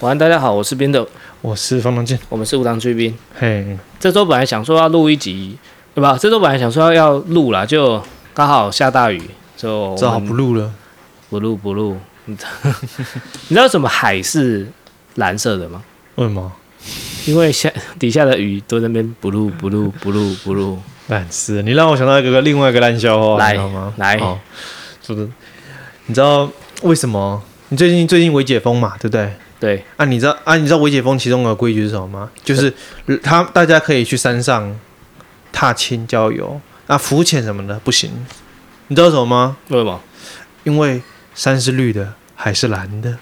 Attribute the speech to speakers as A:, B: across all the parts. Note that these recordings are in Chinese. A: 晚安，大家好，我是边的，
B: 我是方东健，
A: 我们是无糖追兵。
B: 嘿，
A: 这周本来想说要录一集，对吧？这周本来想说要录啦，就刚好下大雨，就
B: 正好
A: 我们
B: 不录了。
A: 不录不录。你知你知道为什么海是蓝色的吗？
B: 为什么？
A: 因为下底下的雨都在那边不录不录不录不录。
B: 烂事！你让我想到一个另外一个烂笑话，
A: 来
B: 你知道吗？
A: 来
B: 好就是你知道为什么？你最近最近微解封嘛，对不对？
A: 对，
B: 啊，你知道啊？你知道微解封其中的规矩是什么吗？就是他大家可以去山上踏青郊游，啊，浮潜什么的不行。你知道什么吗？
A: 为什么？
B: 因为山是绿的，海是蓝的。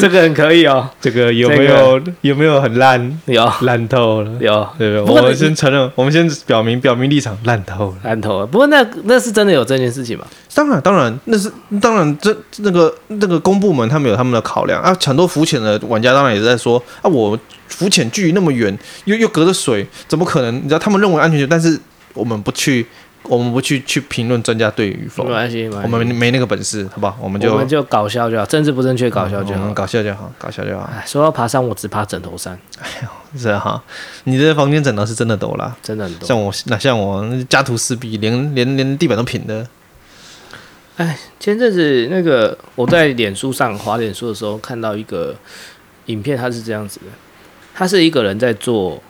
A: 这个很可以哦，
B: 这个有
A: 这
B: 没
A: 个
B: 有、有没有很烂？
A: 有
B: 烂透了。
A: 有
B: 对
A: 不
B: 不
A: 过
B: 对？我
A: 你
B: 们先承认，我们先表明表明立场，烂透了。
A: 烂头了。不过那那是真的有这件事情吧？
B: 当然，当然，那是当然，这那个那个公部门他们有他们的考量啊。很多浮潜的玩家当然也在说啊，我浮潜距离那么远，又又隔着水，怎么可能？你知道他们认为安全性，但是我们不去，我们不去去评论专家对与否
A: 没，关系，没关系
B: 我们没那个本事，好不好？我们就嗯
A: 我们就搞笑就好，政治不正确搞笑就
B: 我
A: 好
B: 们。搞笑就好，搞笑就好。
A: 哎，说到爬山，我只爬枕头山，
B: 是啊哈，你的房间枕头是真的抖啦，
A: 真的很多。
B: 像我那像我家徒四壁，连连连地板都平的。
A: 哎前阵子那个我在脸书上滑脸书的时候，看到一个影片，它是这样子的，它是一个人在做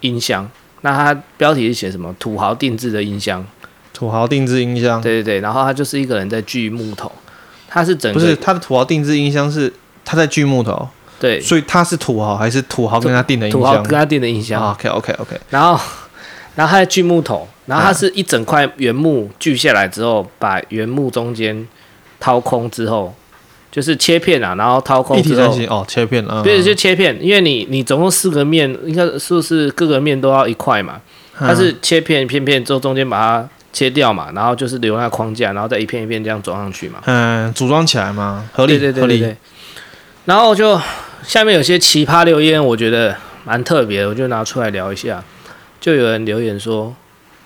A: 音箱，那它标题是写什么“土豪定制的音箱
B: 土豪定制音”，箱，
A: 对对对，然后他就是一个人在锯木头，他是整
B: 不
A: 个
B: 是他的土豪定制音箱是他在锯木头，
A: 对
B: 所以他是土豪还是土豪跟他定的音
A: 土豪
B: 箱？
A: 跟他定的音箱，
B: 啊，OK OK OK，
A: 然后然后他在锯木头，然后他是一整块原木锯下来之后，把原木中间掏空之后，就是切片啊，然后掏空
B: 一体
A: 之
B: 成
A: 后。
B: 型哦，切片啊，嗯
A: 对，就切片，因为你你总共四个面，应该是不是各个面都要一块嘛？
B: 嗯
A: 它是切片片片之后中间把它切掉嘛，然后就是留那个框架，然后再一片一片这样装上去嘛。
B: 嗯组装起来嘛，合理
A: 对对对
B: 合
A: 对
B: 理。
A: 对。然后就下面有些奇葩留言，我觉得蛮特别的，我就拿出来聊一下。就有人留言说：“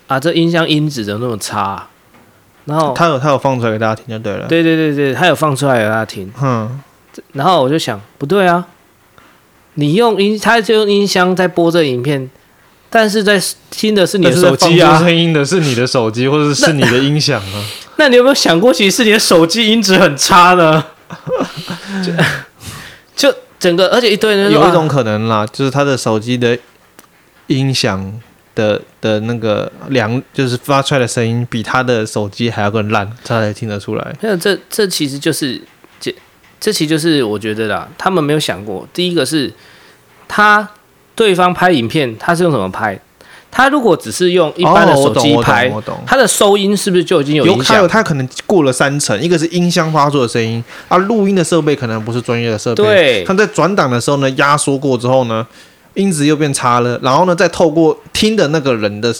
A: 啊，这音箱音质怎么那么差啊、然后，
B: 他有他有放出来给大家听就对了。
A: 对对对对，他有放出来给大家听。
B: 嗯，
A: 然后我就想，不对啊，你用音，他就用音箱在播这影片，但是在听的是你的
B: 但是在
A: 手机啊
B: 放出。声音的是你的手机或者是你的音响啊。
A: 那你有没有想过，其实是你的手机音质很差 呢？就就整个，而且一堆人就说
B: 有一种
A: 啊
B: 可能啦，就是他的手机的音响的的那个量，就是发出来的声音比他的手机还要更烂，他才听得出来。
A: 没有这这其实就是这这其实就是我觉得啦，他们没有想过，第一个是他对方拍影片，他是用什么拍？他如果只是用一般的
B: 哦我
A: 手
B: 懂
A: 机
B: 我懂
A: 拍，
B: 我懂。
A: 他的收音是不是就已经有
B: 有
A: 影
B: 它
A: 响
B: 有？它可能过了三层，一个是音箱发出的声音，啊，录音的设备可能不是专业的设备，
A: 对
B: 它在转档的时候呢，压缩过之后呢，音质又变差了，然后呢，再透过听的那个人的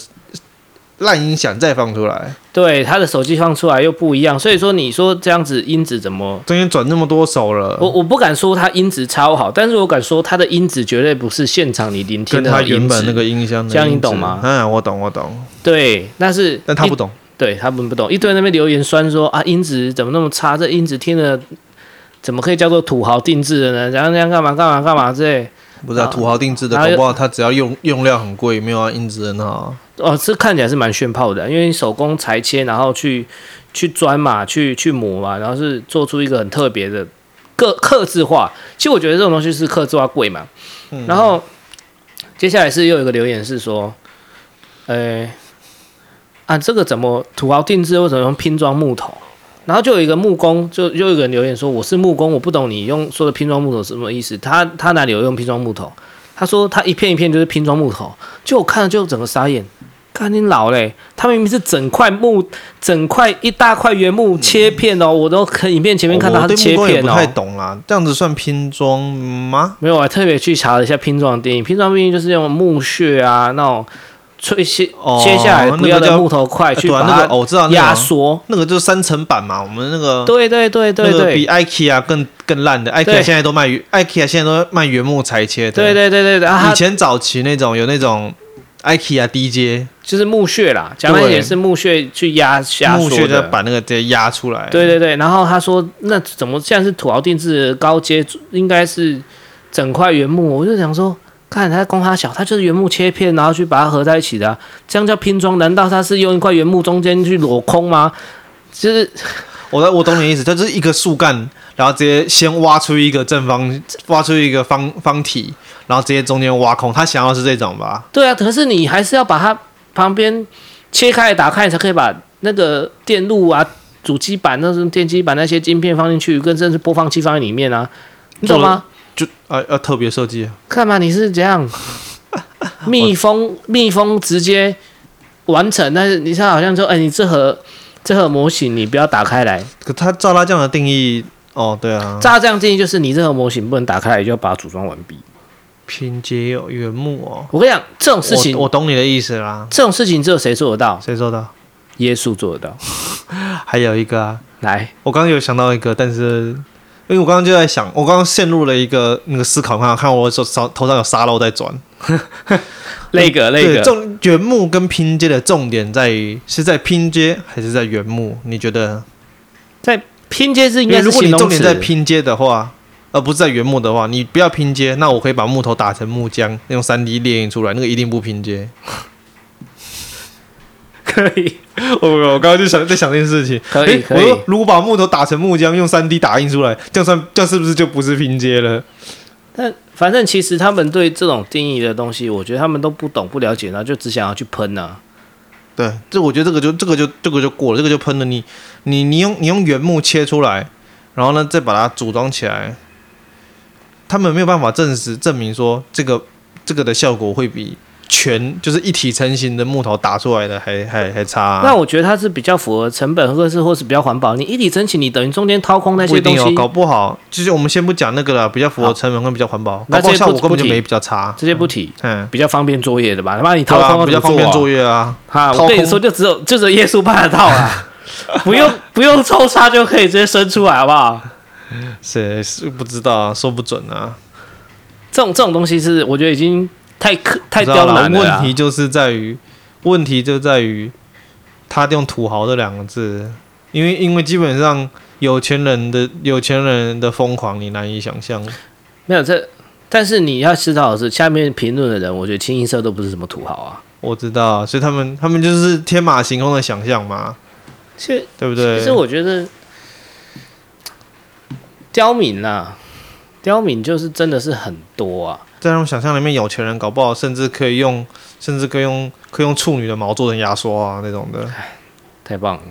B: 烂音响再放出来，
A: 对，他的手机放出来又不一样，所以说你说这样子音质怎么？
B: 中间转那么多手了，
A: 我我不敢说它音质超好，但是我敢说它的音质绝对不是现场你聆听
B: 跟
A: 的
B: 他
A: 音质
B: 原本那个音箱的音质，
A: 这样你懂吗
B: 嗯，我懂，我懂，
A: 对，但是
B: 但他
A: 一
B: 不懂，
A: 对他们不懂，一堆人在那边留言酸说啊音质怎么那么差，这音质听了怎么可以叫做土豪定制的呢？然后这样干嘛干嘛干嘛之类，
B: 不是、啊、
A: 啊
B: 土豪定制的，
A: 然后
B: 搞
A: 又
B: 不好他只要用用料很贵，没有啊，音质很好啊，
A: 哦，这看起来是蛮炫炮的，因为你手工裁切，然后去去钻嘛，去去磨嘛，然后是做出一个很特别的个刻字化。其实我觉得这种东西是刻字化贵嘛。
B: 嗯
A: 然后接下来是又有一个留言是说，呃，啊，这个怎么土豪定制为什么用拼装木头？然后就有一个木工，就又有一个人留言说我是木工，我不懂你用说的拼装木头是什么意思？他他哪里有用拼装木头？他说他一片一片就是拼装木头，就我看了就整个傻眼，看你老嘞！他明明是整块木，整块一大块原木切片哦，我都可以影片前面看到
B: 我
A: 他
B: 对
A: 切
B: 木工也
A: 片
B: 不太
A: 哦。
B: 懂啦，这样子算拼装吗？
A: 没有，我还特别去查了一下拼装的定义，拼装定义就是用木屑啊那种吹切
B: 哦
A: 切下来不要
B: 那个
A: 的
B: 叫
A: 木头块去
B: 对啊
A: 把
B: 那个
A: 它
B: 哦我知道那个
A: 压缩。
B: 那个就是三层板嘛，我们那个
A: 对对对对
B: 那个比
A: 对。
B: IKEA 更更烂的
A: 对
B: ，IKEA 现在都卖原 IKEA 现在都卖原木裁切的，
A: 对对对对对，啊，它
B: 以前早期那种有那种 IKEA 低阶
A: 就是木屑啦，讲白一点
B: 对
A: 是木屑去压压
B: 木
A: 缩
B: 屑，
A: 的。
B: 再把那个直接压出来。
A: 对对对，然后他说那怎么现在是土豪定制的高阶，应该是整块原木，我就想说。看他供他小，他就是原木切片，然后去把它合在一起的啊、这样叫拼装？难道他是用一块原木中间去裸空吗？就是
B: 我我懂你的意思，它就是一个树干，然后直接先挖出一个正方，挖出一个方方体，然后直接中间挖空。他想要是这种吧？
A: 对啊，可是你还是要把它旁边切开来打开，你才可以把那个电路啊、主机板、那种电机板那些晶片放进去，跟甚至播放器放在里面啊，你懂吗？
B: 就呃要特别设计，
A: 干嘛？你是怎 样密封？密封直接完成？但是你像好像说，哎、你这盒这盒模型你不要打开来。
B: 可他照他这样的定义，哦，对啊，
A: 照这样建议就是，你这盒模型不能打开来，就要把它组装完毕。
B: 拼接哦，原木哦，
A: 我跟你讲，这种事情，
B: 我我懂你的意思啦。
A: 这种事情只有谁做得到？
B: 谁说的？
A: 耶稣做得到。
B: 还有一个啊，
A: 来，
B: 我刚刚有想到一个，但是因为我刚刚就在想，我刚刚陷入了一个那个思考，看看我手上头上有沙漏在转。
A: 那个那
B: 嗯对
A: 个，
B: 重原木跟拼接的重点在于是在拼接还是在原木？你觉得？
A: 在拼接是应
B: 因
A: 该
B: 为
A: 是
B: 如果
A: 形
B: 你
A: 容
B: 重点
A: 词
B: 在拼接的话，而不是在原木的话，你不要拼接，那我可以把木头打成木浆，用三 D 列印出来，那个一定不拼接。
A: 可以
B: 我我刚刚就想在想这件事情，
A: 可以
B: 诶
A: 可
B: 我
A: 以
B: 说如果把木头打成木浆，用三 D 打印出来，这样算这样是不是就不是拼接了？
A: 但反正其实他们对这种定义的东西，我觉得他们都不懂不了解，然后就只想要去喷呢、啊。
B: 对，这我觉得这个就这个就这个就过了，这个就喷了你你你用你用原木切出来，然后呢再把它组装起来，他们没有办法证实证明说这个这个的效果会比全就是一体成型的木头打出来的还还还差啊、
A: 那我觉得它是比较符合成本，或是或是比较环保。你一体申请，你等于中间掏空那
B: 不
A: 些
B: 一
A: 东
B: 定
A: 西，
B: 哦，搞不好就是我们先不讲那个了，比较符合
A: 好
B: 成本跟比较环保，
A: 那
B: 搞不好
A: 这些
B: 效
A: 不
B: 果根本就
A: 不提
B: 没比较差，
A: 这些不提，
B: 嗯，
A: 比较方便作业的吧？他妈你掏
B: 对
A: 空、
B: 啊，比较方便作
A: 业。
B: 业啊。
A: 哈，
B: 掏
A: 我
B: 空
A: 跟你说，就只有就只有耶稣办得到 啦，不用不用抽插就可以直接伸出来，好不好？
B: 谁是不知道啊，说不准啊。
A: 这种这种东西是我觉得已经太苛太
B: 不知
A: 刁
B: 道啦
A: 难了啦。
B: 问题就是在于，问题就在于他用“土豪”这两个字，因为因为基本上有钱人的有钱人的疯狂，你难以想象。
A: 没有这，但是你要知道的是，下面评论的人，我觉得清一色都不是什么土豪啊。
B: 我知道啊，所以他们他们就是天马行空的想象嘛，
A: 其实，
B: 对不
A: 其
B: 对
A: 实？我觉得刁民啦、刁民就是真的是很多啊。
B: 在他们想象里面，有钱人搞不好甚至可以用，甚至可以用可以用处女的毛做成牙刷啊那种的。
A: 太 棒了！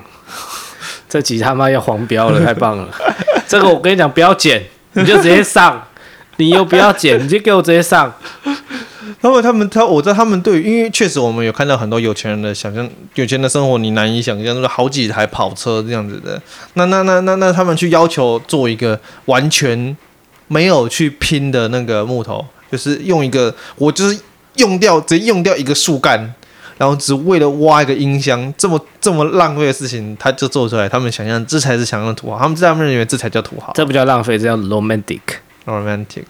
A: 这集他妈要黄标了，太棒了！ 这个我跟你讲，不要剪，你就直接上，你又不要剪，你就给我直接上。
B: 他们他们他，我在他们对于，因为确实我们有看到很多有钱人的想象，有钱的生活你难以想象，就是好几台跑车这样子的。那那那那那他们去要求做一个完全没有去拼的那个木头，就是用一个我就是用掉直接用掉一个树干，然后只为了挖一个音箱，这么这么浪费的事情，他就做出来。他们想象这才是想象的土豪，他们在他们认为这才叫土豪
A: 这不叫浪费，这叫 romantic，yes，romantic。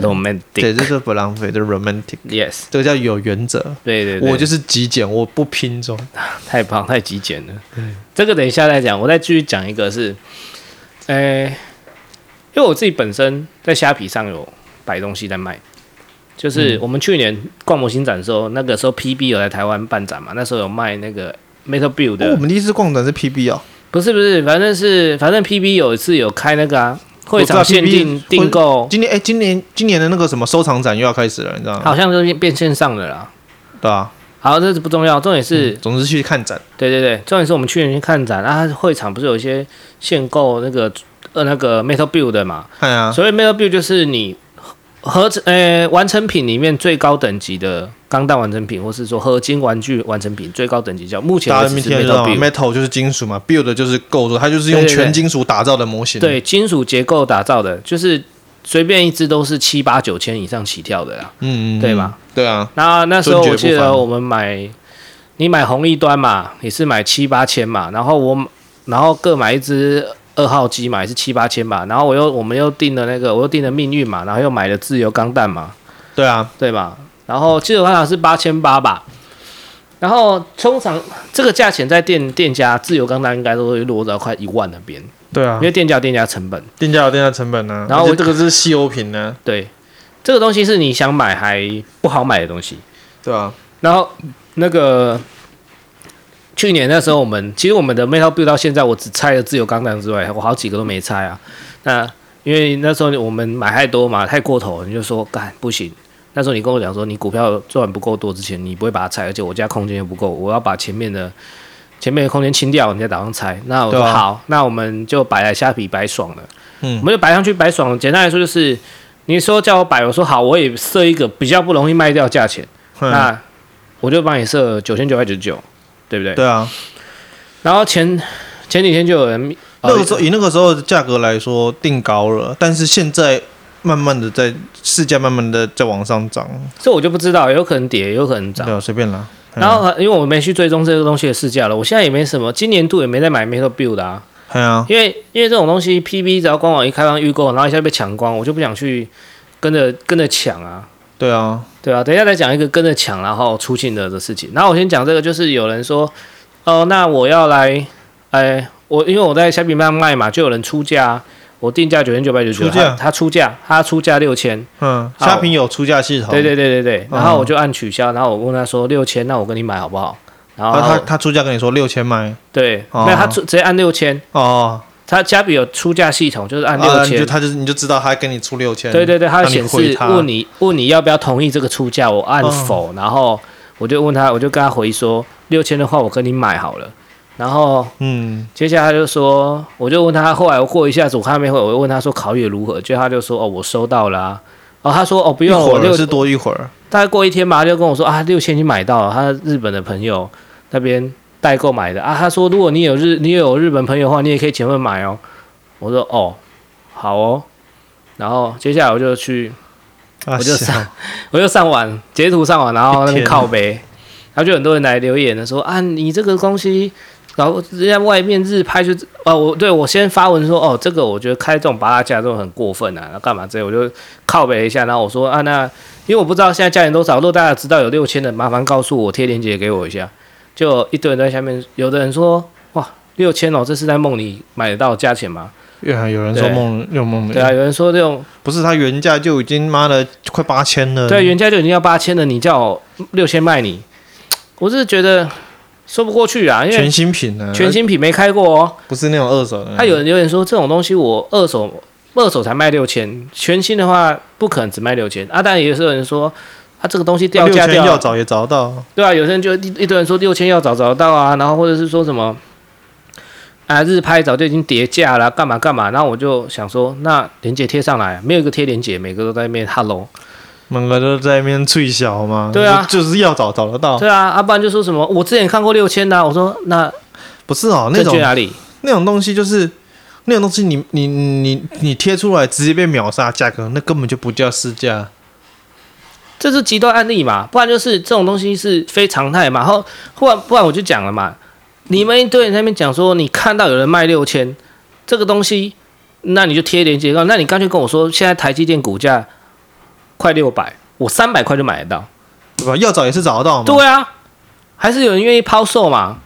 B: ，romantic。对对，
A: romantic
B: 这是不浪费，这是 romantic，
A: Yes，
B: 这个叫有原则。
A: 对对对，
B: 我就是极简，我不拼装。
A: 太胖太极简了。这个等一下再讲，我再继续讲一个是，呃，因为我自己本身在虾皮上有摆东西在卖，就是
B: 嗯
A: 我们去年逛模型展的时候，那个时候 PB 有来台湾办展嘛，那时候有卖那个 Metal Build
B: 哦
A: 的，
B: 我们第一次逛展是 PB 哦，
A: 不是不是，反正是反正 PB 有一次有开那个啊，会场
B: 我知道
A: 限
B: PB
A: 定订购，
B: 今年哎、今年今年的那个什么收藏展又要开始了，你知道吗？
A: 好像就变变线上的啦。
B: 对啊，
A: 好，这是不重要，重点是
B: 总之去看展，
A: 对对对，重点是我们去年去看展，啊，会场不是有一些限购那个呃那个 Metal Build 的嘛？
B: 看啊，
A: 所谓 Metal Build 就是你合成呃完成品里面最高等级的钢弹完成品，或是说合金玩具完成品最高等级叫目前
B: 大
A: 为
B: 家
A: 止
B: 明
A: 是
B: 天知道
A: Metal
B: 吗
A: Build。
B: metal 就是金属嘛，build 就是构筑，它就是用
A: 对对对
B: 全金属打造的模型。
A: 对，金属结构打造的，就是随便一只都是七八九千以上起跳的啊啦。
B: 嗯，嗯，嗯
A: 对吧？
B: 对啊，
A: 那那时候我
B: 尊
A: 记
B: 爵
A: 得
B: 不凡
A: 我们买，你买红一端嘛，也是买七八千嘛，然后我买然后各买一只二号机嘛，也是七八千嘛，然后我又我们又订了那个，我又订了命运嘛，然后又买了自由钢弹嘛，
B: 对啊，
A: 对吧？然后记得好像是八千八吧，然后通常这个价钱在店店家自由钢弹应该都会落到快一万那边，
B: 对啊
A: 因，为店家有店家成本。
B: 店家有店家成本呢、啊，
A: 然后
B: 而且
A: 我
B: 这个是稀有品啊呢、
A: 对，这个东西是你想买还不好买的东西。
B: 对啊，
A: 然后那个去年那时候，我们其实我们的 Metal Build 到现在，我只拆了自由钢弹之外，我好几个都没拆啊。那因为那时候我们买太多嘛，太过头，你就说干不行。那时候你跟我讲说，你股票赚不够多之前，你不会把它拆，而且我家空间又不够，我要把前面的前面的空间清掉，你再打算拆。那我说
B: 对啊
A: 好，那我们就摆来虾皮摆爽了。
B: 嗯
A: 我们就摆上去摆爽了。简单来说就是，你说叫我摆，我说好，我也设一个比较不容易卖掉的价钱。
B: 嗯
A: 那我就帮你设九千九百九十九，对不对？
B: 对啊，
A: 然后前前几天就有人，呃
B: 那个时候以那个时候的价格来说定高了，但是现在慢慢的在市价慢慢的在往上涨，
A: 这我就不知道，有可能跌，有可能涨。
B: 对啊，随便啦。嗯
A: 然后呃因为我没去追踪这个东西的市价了，我现在也没什么，今年度也没在买 Metal Build 的啊，
B: 对啊，
A: 因为因为这种东西 PB 只要官网一开放预购，然后一下就被抢光，我就不想去跟着跟着抢啊。
B: 对啊，
A: 对啊，等一下再讲一个跟着抢然后出镜的的事情。然后我先讲这个，就是有人说，哦，那我要来，哎，我因为我在虾皮卖卖嘛，就有人出价，我定价九千九百九十九，
B: 出价
A: 他他出价，他出价六千，
B: 嗯，
A: 好
B: 虾皮有出价系统，
A: 对对对对对，
B: 嗯
A: 然后我就按取消，然后我问他说六千，那我跟你买好不好？然后
B: 啊，他他出价跟你说六千卖，
A: 对，
B: 哦
A: 那他出直接按六千，
B: 哦，
A: 他虾皮有出价系统，就是按
B: 啊
A: 六
B: 你
A: 千、
B: 就他就是你就知道他跟你出六千，
A: 对对对，它会
B: 让你
A: 显
B: 回
A: 示
B: 他哦
A: 问你问你要不要同意这个出价，我按否，然后我就问他，我就跟他回说六千的话我跟你买好了，然后
B: 嗯，
A: 接下来他就说，我就问他，后来我过一下子我看他没回，我就问他说考虑如何，就他就说哦我收到啦、哦他说哦不
B: 一
A: 用了，我
B: 会
A: 六
B: 儿是多一会儿，
A: 大概过一天吧，他就跟我说啊六千已经买到了，他日本的朋友那边代购买的啊，他说如果你有日你有日本朋友的话，你也可以前份买哦，我说哦好哦，然后接下来我就去。
B: 我
A: 我就 上， 我就上网截图上网，然后那边靠背，然后就很多人来留言的说啊，你这个东西，然后人家外面日拍就哦，我对我先发文说哦，这个我觉得开这种八大价这种很过分啊，然后干嘛之类，我就靠背一下，然后我说啊，那因为我不知道现在价钱多少，如果大家知道有六千的，麻烦告诉我，贴链接给我一下。就一堆人在下面，有的人说哇六千哦，这是在梦里买得到的价钱吗？
B: 有有人说
A: 对
B: 梦又梦里
A: 对啊，有人说这种
B: 不是他原价就已经妈的快八千了，
A: 对，原价就已经要八千了，你叫我六千卖你，我是觉得说不过去啊，因
B: 全
A: 为
B: 新呃嗯品呢，
A: 全新品没开过哦。
B: 不是那种二手的，
A: 他有人有人说这种东西我二手二手才卖六千，全新的话不可能只卖六千啊。当然也是有人说啊，这个东西掉价
B: 6000要
A: 掉，
B: 找也找到，
A: 对啊，有些人就一一堆人说六千要找找到啊，然后或者是说什么。啊，日拍早就已经叠价了，干嘛干嘛？然后我就想说，那连接贴上来，啊没有一个贴连接，每个都在那边 hello，
B: 每个都在那边吹小嘛，
A: 对啊
B: 就就是要找找得到，
A: 对啊，阿、啊、不然就说什么我之前看过六千的啊、我说那
B: 不是哦，那
A: 这
B: 种
A: 去哪里？
B: 那种东西就是。那种东西你，你你你你贴出来直接被秒杀价格，那根本就不叫市价。
A: 这是极端案例嘛，不然就是这种东西是非常态嘛。然后不然不然我就讲了嘛，你们一堆人在那边讲说你看到有人卖六千这个东西，那你就贴链接告，那你干脆跟我说现在台积电股价快六百，我三百块就买得到。
B: 对吧？要找也是找得到嘛。
A: 对啊，还是有人愿意抛售嘛，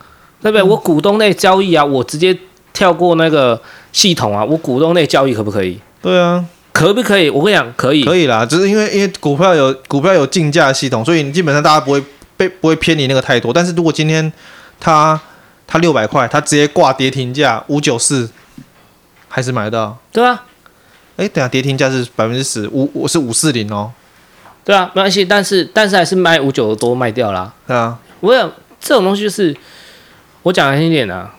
A: 对
B: 嗯
A: 不对？我股东内交易啊，我直接跳过那个系统啊，我股东内交易可不可以？
B: 对啊，
A: 可不可以？我跟你讲，可以。
B: 可以啦，只是因为因为股票有股票有竞价系统，所以你基本上大家不会被不会偏离那个太多。但是如果今天它它六百块，它直接挂跌停价五九四，还是买得到。
A: 对啊，
B: 哎，等一下跌停价是百分之十五，我是五四零哦。
A: 对啊，没关系。但是但是还是卖五九多卖掉啦。
B: 对啊，
A: 我想这种东西就是我讲难听点啊，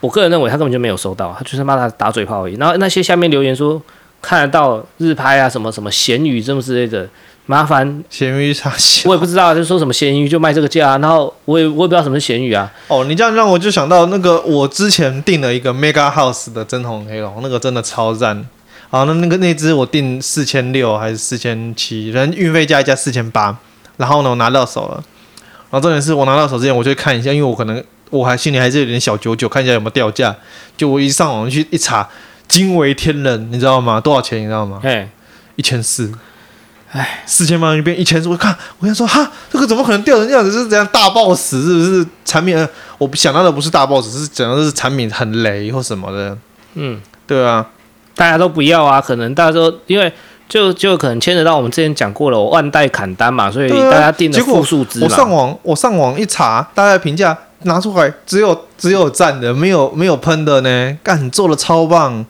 A: 我个人认为他根本就没有收到，他就是骂他打嘴炮而已。然后那些下面留言说看得到日拍啊什么什么咸鱼这么之类的，麻烦
B: 咸鱼差小
A: 我也不知道，就说什么咸鱼就卖这个价、啊，然后我也我也不知道什么是咸鱼啊。
B: 哦，你这样让我就想到那个我之前订了一个 Mega House 的真红黑龙，那个真的超赞。好，那那个那只我订四千六还是四千七，反正运费加一加四千八，然后呢我拿到手了，然后重点是我拿到手之前我就看一下，因为我可能我还心里还是有点小九九，看一下有没有掉价。就我一上网去一查，惊为天人，你知道吗？多少钱你知道吗？
A: 哎，
B: 一千四，
A: 唉，
B: 四千万就变一千四，我看我跟他说哈，这个怎么可能掉成这样子？是怎样大暴死？是不是产品？呃我想到的不是大暴死，是讲的是产品很雷或什么的，
A: 嗯，
B: 对啊，
A: 大家都不要啊，可能大家都因为就就可能牵扯到我们之前讲过了，我万代砍单嘛，所以
B: 对啊
A: 大家定了
B: 结果
A: 复数值
B: 我
A: 嘛。
B: 上网我上网一查，大家的评价拿出来，只有只有赞的，没有没有喷的呢。干，你做的超棒！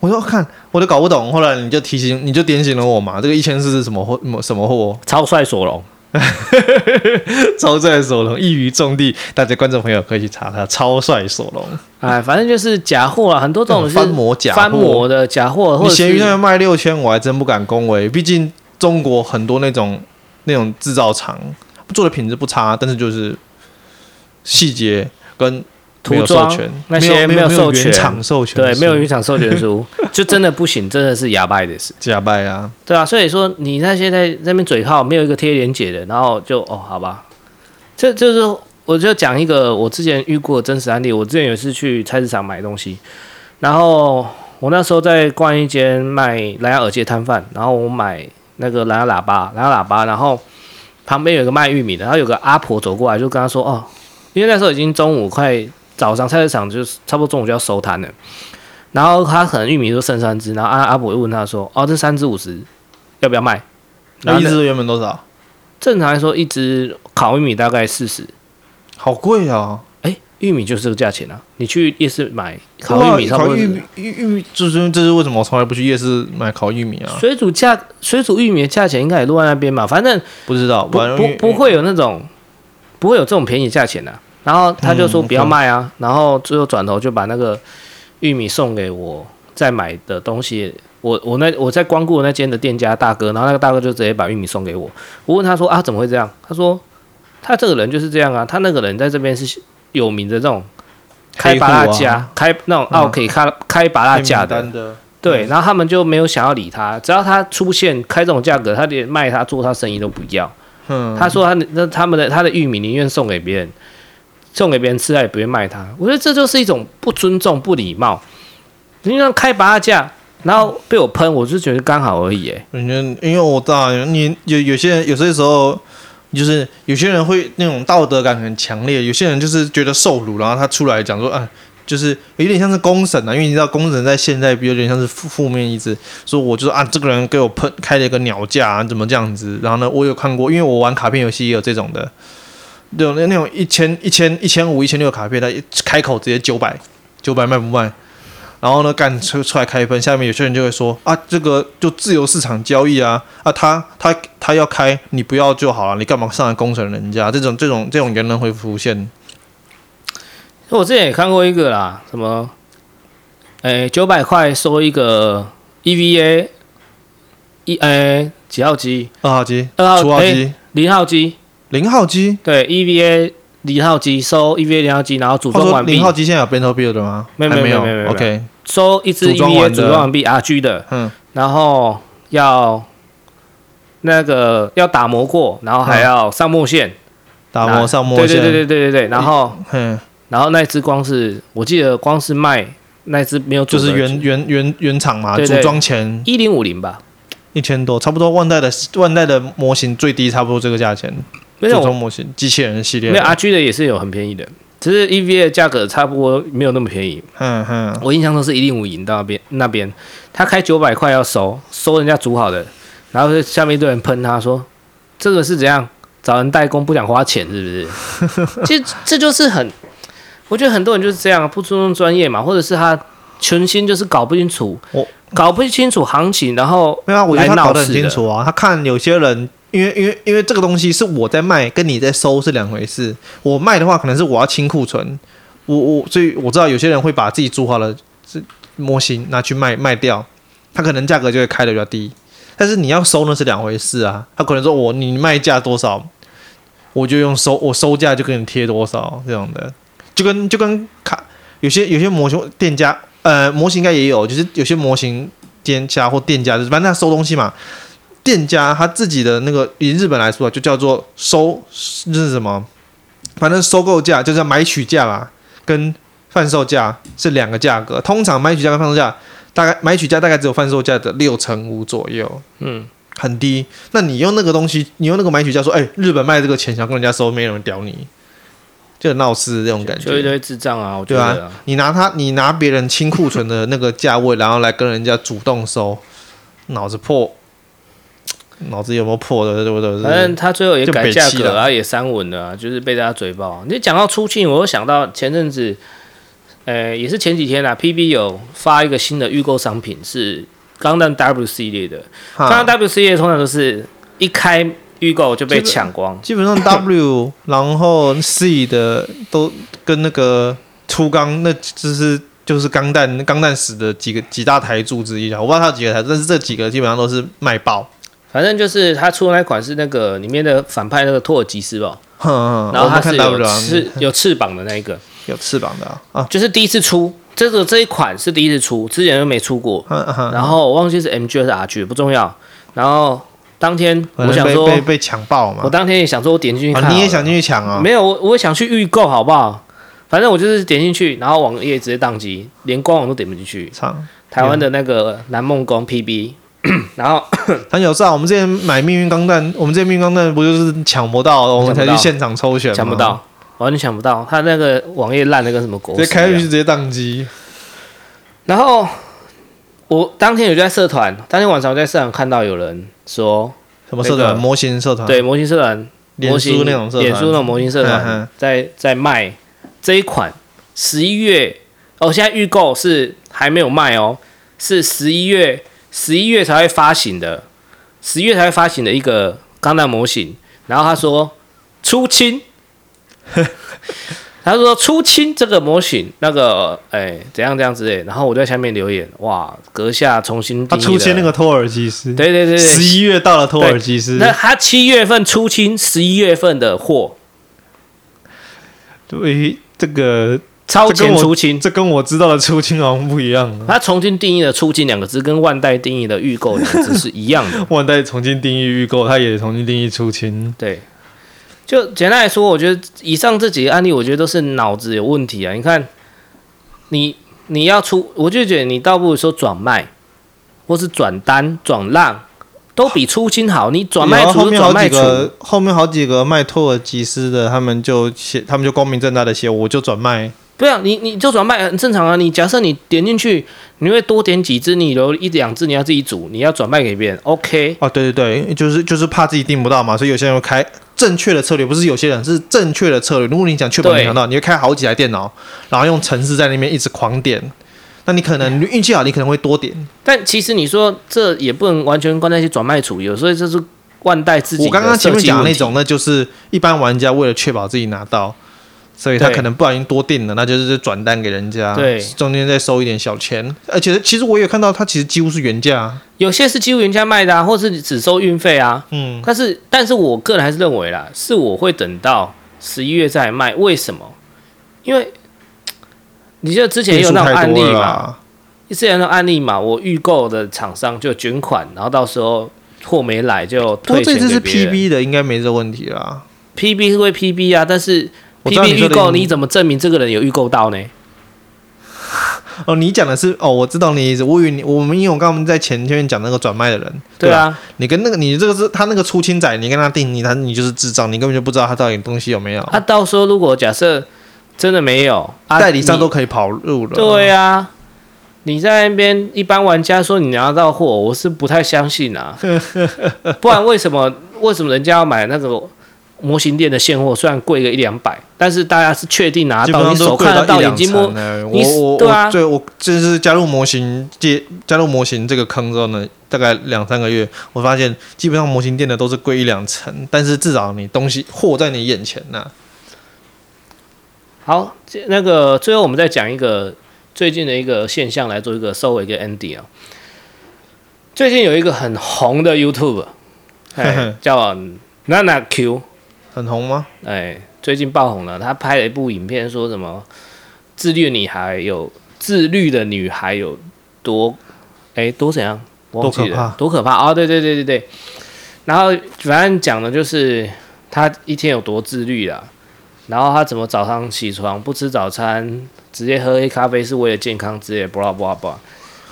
B: 我说看我都搞不懂，后来你就提醒，你就点醒了我嘛。这个一千四是什么货？什么货？
A: 超帅索隆，
B: 超帅索隆一语中的，大家观众朋友可以去查他超帅索隆，
A: 哎，反正就是假货啊，很多这种是
B: 嗯翻模假货
A: 翻模的假货，或
B: 你
A: 者
B: 闲鱼上
A: 是
B: 面卖六千，我还真不敢恭维，毕竟中国很多那种那种制造厂做的品质不差，但是就是细节跟没
A: 涂
B: 有授
A: 装
B: 权，
A: 那些
B: 没有
A: 有
B: 没
A: 授
B: 原
A: 权，
B: 厂授权，
A: 对，没有原厂授权书，就真的不行，真的是哑巴的事，
B: 假掰啊，
A: 对啊，所以说你那些在那边嘴炮，没有一个贴连结的，然后就哦，好吧，这这就是我就讲一个我之前遇过的真实案例，我之前有一次去菜市场买东西，然后我那时候在逛一间卖蓝牙耳机的摊贩，然后我买那个蓝牙喇叭，蓝牙喇叭，然后旁边有一个卖玉米的，然后有个阿婆走过来，就跟他说：“哦，因为那时候已经中午快早上，菜市场就是差不多中午就要收摊了。”然后他可能玉米就剩三只，然后阿阿婆就问他说：“哦，这三只五十，要不要卖？”然
B: 那
A: 后
B: 一
A: 那
B: 只原本多少？
A: 正常来说，一只烤玉米大概四十，
B: 好贵啊！
A: 哎，玉米就是这个价钱啊。你去夜市买烤
B: 对啊
A: 玉米，差不
B: 烤
A: 多
B: 玉
A: 是
B: 米玉玉米，就是这是为什么我从来不去夜市买烤玉米啊？
A: 水煮价水煮玉米的价钱应该也落在那边吧，反正
B: 不知道，
A: 不
B: 反正
A: 不不会有
B: 嗯
A: 那种不会有这种便宜价钱的、然后他就说
B: 嗯
A: 不要卖啊，然后最后转头就把那个玉米送给我在买的东西。我我那我在光顾那间的店家大哥，然后那个大哥就直接把玉米送给我。我问他说啊怎么会这样？他说他这个人就是这样啊，他那个人在这边是有名的这种开拔拉
B: 黑户
A: 架、
B: 啊
A: 开那种奥 K 开开拔拉
B: 黑
A: 架啊
B: 名
A: 的，
B: 单嗯的，
A: 对，然后他们就没有想要理他，只要他出现开这种价格，他连卖他做他生意都不要。
B: 嗯，
A: 他说他那他们的他的玉米宁愿送给别人，送给别人吃，他也不愿卖他。我觉得这就是一种不尊重、不礼貌。你让开拔价，然后被我喷，我就觉得刚好而已。哎，
B: 人家因为我知道你有有些人有些时候就是有些人会那种道德感很强烈，有些人就是觉得受辱，然后他出来讲说，哎，就是有点像是公审啊，因为你知道公审在现在有点像是负负面意思，说我就说啊，这个人给我喷开了一个鸟价、啊，怎么这样子？然后呢，我有看过，因为我玩卡片游戏也有这种的。那种那种一千一千一千五一千六的卡片，他一开口直接九百九百卖不卖？然后呢，干出出来开分，下面有些人就会说啊，这个就自由市场交易啊，啊，他他他要开，你不要就好了，你干嘛上来攻审人家？这种这种这种言论会浮现，
A: 我之前也看过一个啦，什么，哎，九百块收一个 E EVA 一哎几号机？
B: 二号机、
A: 二号
B: 初号
A: 哎
B: 机、
A: 零号机？
B: 零号机，
A: 对，EVA 零号机收 EVA 零号机，然后组
B: 话
A: 装
B: 说
A: 完毕
B: 零，号机现在有 Battle Build 吗？
A: 没有
B: 还
A: 没
B: 没
A: 有没有没有没有
B: OK，
A: 收一支
B: 组装完
A: EVA
B: 的
A: 组装完毕 RG 的，
B: 嗯，
A: 然后要那个要打磨过，然后还要上墨线，
B: 打磨上磨
A: 对
B: 线，
A: 对对对对对对。然后
B: 嗯，
A: 然后那只光是我记得光是卖那只没有
B: 就
A: 组
B: 是原原原原厂嘛，
A: 对
B: 组
A: 对
B: 装前
A: 一零五零吧，
B: 一千多，差不多万代的万代的模型最低差不多这个价钱，
A: 没
B: 组
A: 有
B: 装模型机器人系列
A: 没
B: 的，
A: 有啊 RG 的也是有很便宜的，只是 EVA 的价格差不多没有那么便宜。
B: 嗯嗯，
A: 我印象中是一零五零到那边那边，他开九百块要收，收人家煮好的，然后下面一堆人喷他说这个是怎样找人代工不想花钱是不是？ 其实这就是很，我觉得很多人就是这样不注重专业嘛，或者是他全心就是搞不清楚，
B: 我
A: 搞不清楚行情，然后
B: 没有、啊，我觉得他
A: 来闹
B: 搞得很
A: 事的
B: 清楚啊。他看有些人，因为因为因为这个东西是我在卖，跟你在收是两回事。我卖的话，可能是我要清库存，我我所以我知道有些人会把自己做好的这模型拿去卖卖掉，他可能价格就会开的比较低。但是你要收那是两回事啊，他可能说我你卖价多少，我就用收我收价就给你贴多少这种的，就跟就跟卡有些有些模型店家呃模型应该也有，就是有些模型店家或店家，就是反正他收东西嘛。店家他自己的那个，以日本来说啊，就叫做收，这是什么？反正收购价就是买取价啦，跟贩售价是两个价格。通常买取价跟贩售价大概买取价大概只有贩售价的六成五左右。
A: 嗯，
B: 很低，那你用那个东西，你用那个买取价说，哎、日本卖这个钱想跟人家收，没有人屌你，就很闹事这种感
A: 就一
B: 觉。
A: 堆智障啊，我觉
B: 对
A: 得
B: 啊，你拿他，你拿别人清库存的那个价位，然后来跟人家主动收，脑子破，脑子有没有破的，对不对？
A: 反正他最后也
B: 就
A: 改
B: 北
A: 价
B: 七
A: 格
B: 了
A: 啊，也删文了、啊，就是被大家嘴爆。你讲到出境，我又想到前阵子，呃，也是前几天啦、p b 有发一个新的预购商品是钢弹 W 系列的，
B: 哈
A: 钢弹 W 系列通常都是一开预购就被抢光，
B: 基本上 W 然后 C 的都跟那个粗钢，那就是就是钢弹钢弹史的几个几大台柱之一啊。我不知道它有几个台，但是这几个基本上都是卖爆。
A: 反正就是他出的那款是那个里面的反派那个托尔吉斯吧，
B: 哼哼，
A: 然后
B: 我们
A: 他
B: 看
A: 是
B: W
A: 有
B: 啊，
A: 翅有翅膀的那一个，
B: 有翅膀的啊啊，
A: 就是第一次出这个这一款是第一次出，之前都没出过。
B: 哼哼
A: 然后我忘记是 MG 还是 RG，不重要。然后当天
B: 可
A: 我
B: 能
A: 想
B: 被
A: 说，
B: 被被抢爆
A: 我
B: 嘛。
A: 当天也想说，我点进去看、
B: 啊，你也想进去抢啊？
A: 没有，我我想去预购，好不好？反正我就是点进去，然后网页直接宕机，连官网都点不进去。
B: 抢，
A: 台湾的那个南梦宫 PB，然 后
B: 很有事啊！我们之前买命运钢弹，我们之前命运钢弹不就是抢不到，我们才去现场抽选吗？
A: 抢不，到，完全抢不到，他那个网页烂的跟什么狗
B: 直接
A: 屎一
B: 开
A: 样
B: 去直接宕机。
A: 然后我当天有在社团，当天晚上我在社团看到有人说，
B: 什么社
A: 那
B: 团？
A: 个
B: 模型社团？
A: 对，模型社团
B: 脸
A: 模型
B: 书那种社团，
A: 脸书那种模型社
B: 嗯嗯
A: 团在在卖这一款，十一月哦，现在预购是还没有卖哦，是十一月十一月才会发行的，十一月才会发行的一个钢弹模型。然后他说出清， 他说出清这个模型那个哎怎样怎样之类的，然后我在下面留言哇，阁下重新
B: 他
A: 定义
B: 出现
A: 了
B: 那个托尔基斯，
A: 对对对对
B: 十一月到了托尔基斯，
A: 那他七月份出清，十一月份的货
B: 对这个
A: 超
B: 这
A: 前
B: 跟我
A: 出清。
B: 这跟我知道的出清好像不一样啊。
A: 他重新定义了“出境”两个字，跟万代定义的“预购”两个字是一样 的。
B: 万代重新定义预购，他也重新定义出清。
A: 对，就简单来说，我觉得以上这几个案例，我觉得都是脑子有问题啊。你看，你你要出，我就觉得你倒不如说转卖，或是转单、转让，都比出清好。你转卖
B: 然后
A: 出
B: 啊后
A: 就
B: 面
A: 转
B: 好
A: 卖
B: 几
A: 出，
B: 个，后面好几个卖托尔基斯的，他们就写，他们就光明正大的写，我就转卖。
A: 对啊，你你就转卖很正常啊。你假设你点进去，你会多点几只，你留一两只你要自己煮，你要转卖给别人，OK。
B: 哦，对对对，就是就是怕自己订不到嘛，所以有些人会开正确的策略，不是有些人是正确的策略。如果你想确保你
A: 对
B: 抢到，你会开好几台电脑，然后用程式在那边一直狂点。那你可能运气好，你可能会多点。
A: 但其实你说这也不能完全怪那些转卖处，有时候这是万代自己
B: 我
A: 的
B: 刚刚前面
A: 设计
B: 讲的那
A: 问题
B: 种，那就是一般玩家为了确保自己拿到，所以他
A: 对
B: 可能不小心多订了，那就是转单给人家，
A: 对
B: 中间再收一点小钱。而且其实我也看到，它其实几乎是原价啊，
A: 有些是几乎原价卖的啊，或是只收运费啊。
B: 嗯，
A: 但是，但是我个人还是认为啦，是我会等到十一月再卖。为什么？因为你就之前也有那种案例
B: 变数太多
A: 嘛，
B: 了啊。
A: 之前有那种案例嘛，我预购的厂商就卷款，然后到时候货没来就
B: 不过
A: 退
B: 这
A: 钱
B: 次
A: 给
B: 是
A: 别人。
B: PB 的，应该没这问题啦。
A: PB 是会 PB 啊，但是
B: 我知道
A: PB
B: 你说
A: 预
B: 的
A: 购
B: 意思
A: 你怎么证明这个人有预购到呢？
B: 哦，你讲的是哦，我知道你的意思。我以为你我们因为我刚刚在前前面讲那个转卖的人，
A: 对
B: 吧，
A: 啊，
B: 你跟那个你这个是他那个出清仔，你跟他定你他你就是智障，你根本就不知道他到底东西有没有，
A: 啊，到时候如果假设真的没有，啊、
B: 代理商都
A: 你
B: 可以跑路了。
A: 对啊。你在那边一般玩家说你拿到货，我是不太相信 啊，不然为什么为什么人家要买那个模型店的现货？虽然贵个一两百，但是大家是确定拿
B: 基本
A: 到，
B: 上
A: 你
B: 都
A: 手
B: 贵
A: 看得
B: 到
A: 啊到，
B: 一
A: 眼
B: 两
A: 睛
B: 层
A: 摸。
B: 了。
A: 你
B: 我我
A: 对啊
B: 我对我就是加入模型界，加入模型这个坑之后呢，大概两三个月，我发现基本上模型店的都是贵一两层，但是至少你东西货在你眼前呐、啊
A: 好，这那个最后我们再讲一个最近的一个现象来做一个收尾跟 ending 啊、最近有一个很红的 YouTube，哎 叫 Nana Q，
B: 很红吗？
A: 哎，最近爆红了，她拍了一部影片，说什么自律女孩有自律的女孩有多哎多怎样？我忘记
B: 多可怕
A: 了，多可怕哦！对对对对对，然后反正讲的就是她一天有多自律啦，然后她怎么早上起床不吃早餐，直接喝黑咖啡是为了健康之类的，blah blah blah。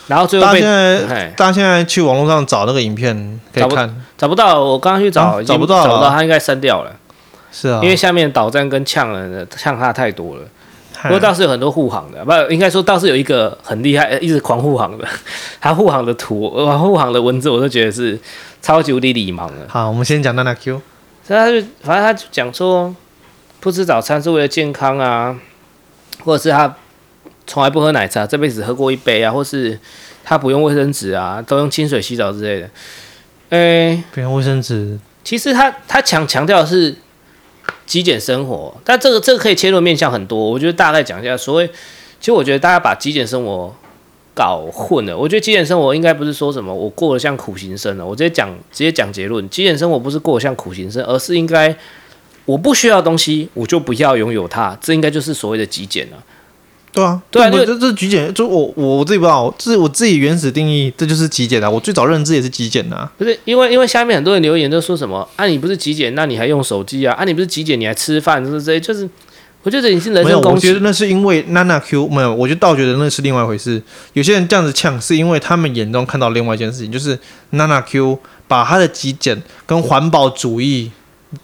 A: 然后最后
B: 大家
A: 被
B: 现在
A: 嘿
B: 大家现在去网络上找那个影片可以
A: 找不
B: 看，
A: 找不到，我刚刚去
B: 啊
A: 找，已经
B: 找不到了
A: 找不到，他应该删掉了，
B: 是啊，
A: 因为下面倒站跟呛人的呛他太多了。不
B: 嗨
A: 过倒是有很多护航的，不应该说倒是有一个很厉害，呃一直狂护航的， 他护航的图、呃护航的文字，我都觉得是超级无敌礼盲的。
B: 好，我们先讲娜娜 Q，
A: 所以他就反正他就讲说，不吃早餐是为了健康啊，或者是他从来不喝奶茶，这辈子只喝过一杯啊，或是他不用卫生纸啊，都用清水洗澡之类的。诶、
B: 不用卫生纸，
A: 其实他他强强调的是极简生活，但这个这个可以切入面向很多，我觉得大概讲一下。所谓，其实我觉得大家把极简生活搞混了。我觉得极简生活应该不是说什么我过得像苦行僧啊了，我直接讲直接讲结论，极简生活不是过得像苦行僧，而是应该我不需要的东西我就不要拥有它，这应该就是所谓的极简了、
B: 对啊，
A: 对啊
B: 这
A: 就
B: 这这极简，就我我我自己不知道，这是我自己原始定义，这就是极简的、啊。我最早认知也是极简的、啊，
A: 不是因为因为下面很多人留言都说什么啊，你不是极简，那你还用手机啊？啊，你不是极简，你还吃饭，就是这些，就是我觉得你是人
B: 没
A: 身
B: 有，我
A: 攻
B: 觉
A: 击
B: 得。那是因为娜娜 Q 没有，我就倒觉得那是另外一回事。有些人这样子呛，是因为他们眼中看到另外一件事情，就是娜娜 Q 把她的极简跟环保主义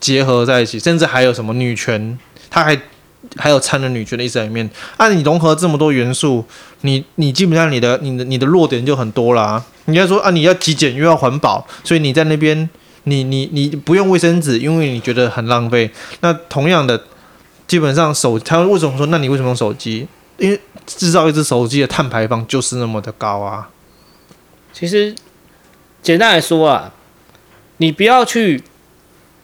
B: 结合在一起，甚至还有什么女权，她还还有掺了女权的意思在里面。啊，你融合这么多元素，你你基本上你的你的你的弱点就很多啦。你要说啊，你要极简又要环保，所以你在那边。你你你不用卫生纸，因为你觉得很浪费。那同样的，基本上手，他为什么说？那你为什么用手机？因为制造一只手机的碳排放就是那么的高啊。
A: 其实简单来说啊，你不要去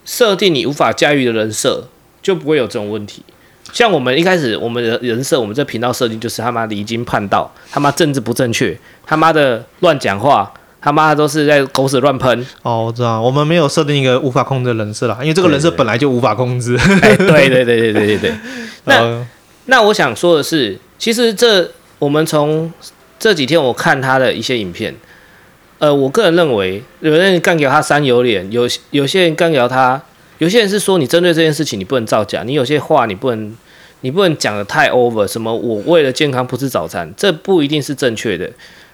A: 设定你无法驾驭的人设，就不会有这种问题。像我们一开始，我们的人设，我们这频道设定就是他妈离经叛道，他妈政治不正确，他妈的乱讲话，他妈都是在狗屎乱喷。
B: 哦，我知道，我们没有设定一个无法控制的人设啦，因为这个人设
A: 对对
B: 本来就无法控制。
A: 哎，对对对对对对对。那
B: 呃
A: 那我想说的是，其实这我们从这几天我看他的一些影片，呃，我个人认为有人干掉他三有脸，有有些人干掉他，有些人是说你针对这件事情你不能造假，你有些话你不能你不能讲的太 over，什么我为了健康不吃早餐，这不一定是正确的。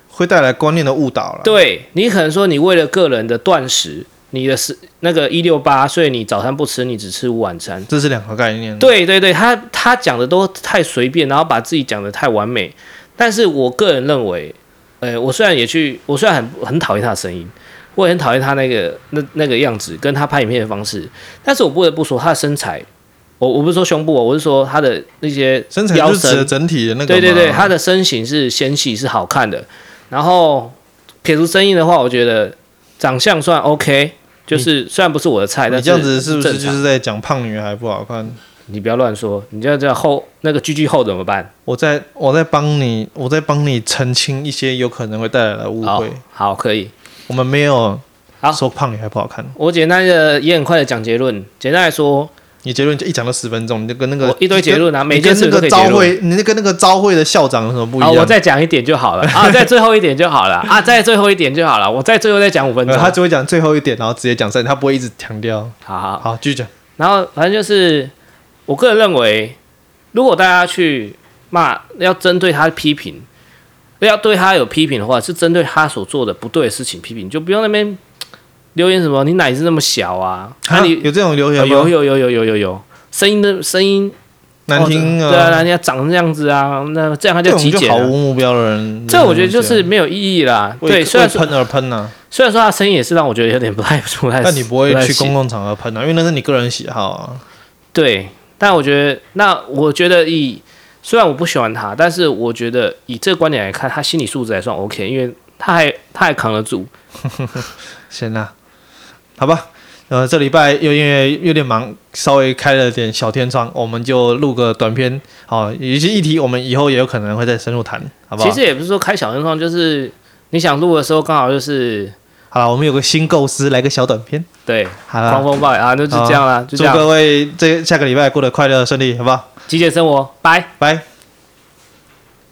B: 会带来观念的误导了。
A: 对你可能说你为了个人的断食，你的是那个一六八，所以你早餐不吃，你只吃午晚餐。
B: 这是两个概念。，
A: 对对对，他他讲的都太随便，然后把自己讲的太完美。但是我个人认为，呃，我虽然也去，我虽然很很讨厌他的声音，我也很讨厌他那个那那个样子，跟他拍影片的方式，但是我不得不说，他的身材，我我不是说胸部哦，我是说他的那些
B: 身材
A: 腰
B: 就是指
A: 身
B: 的，整体的那个。
A: 对对对，他
B: 的。
A: 的身形是纤细是好看的。然后撇除声音的话，我觉得长相算 OK，就是虽然不是我的菜，但是
B: 你这样子是不是
A: 正常
B: 就是在讲胖女孩不好看？
A: 你不要乱说，你这样叫后那个 GG 后怎么办？
B: 我在我在帮你，我在帮你澄清一些有可能会带来的误
A: 好
B: 会。，
A: 好，可以。
B: 我们没有
A: 好
B: 说胖女孩不好看。
A: 我简单的也很快的讲结论。简单来说，
B: 你结论就一讲到十分钟，你就跟那个
A: 我一堆结论啊
B: 你
A: 每件
B: 跟
A: 事
B: 那
A: 都
B: 个
A: 可以
B: 招
A: 结论
B: 会，你那跟那个招会的校长有什么不一
A: 好，
B: 样？
A: 我再讲一点就好了啊，再最后一点就好了啊，再最后一点就好了，我再最后再讲五分
B: 没
A: 钟
B: 有，。呃他只会讲最后一点，然后直接讲三，他不会一直强调。
A: 好好，
B: 好，继续讲。
A: 然后反正就是，我个人认为，如果大家去骂，要针对他批评，要对他有批评的话，是针对他所做的不对的事情批评，就不用那边留言什么你奶是那么小啊，啊
B: 啊
A: 你哦
B: 有这种留
A: 有
B: 言吗？
A: 有有有有有有声音的声音
B: 难听
A: 哦
B: 啊，
A: 对啊，人家长这样子啊，那这样他
B: 这
A: 就
B: 种
A: 极
B: 就
A: 简
B: 毫
A: 啊。
B: 无目标的人，
A: 这我觉得就是没有意义啦。
B: 为
A: 对，虽然
B: 啊为
A: 说
B: 喷而喷呐，
A: 虽然说他声音也是让我觉得有点不太哎不太，
B: 但你不会
A: 太
B: 去
A: 行
B: 公共场合喷啊，因为那是你个人喜好啊。
A: 对，但我觉得，那我觉得以虽然我不喜欢他，但是我觉得以这个观点来看，他心理素质还算 OK，因为他还他还扛得住。
B: 行啦，好吧。呃，这礼拜又因为有点忙，稍微开了点小天窗，我们就录个短片。好，有一些议题我们以后也有可能会再深入谈，好不好？
A: 其实也不是说开小灯窗，就是你想录的时候刚好就是
B: 好了，我们有个新构思，来个小短片。
A: 对
B: 好
A: 狂
B: 了，
A: 风暴雨啊，那就这样啦，就
B: 祝
A: 这样，
B: 各位这下个礼拜过得快乐顺利，好不好？
A: 极简生活，拜。
B: 拜。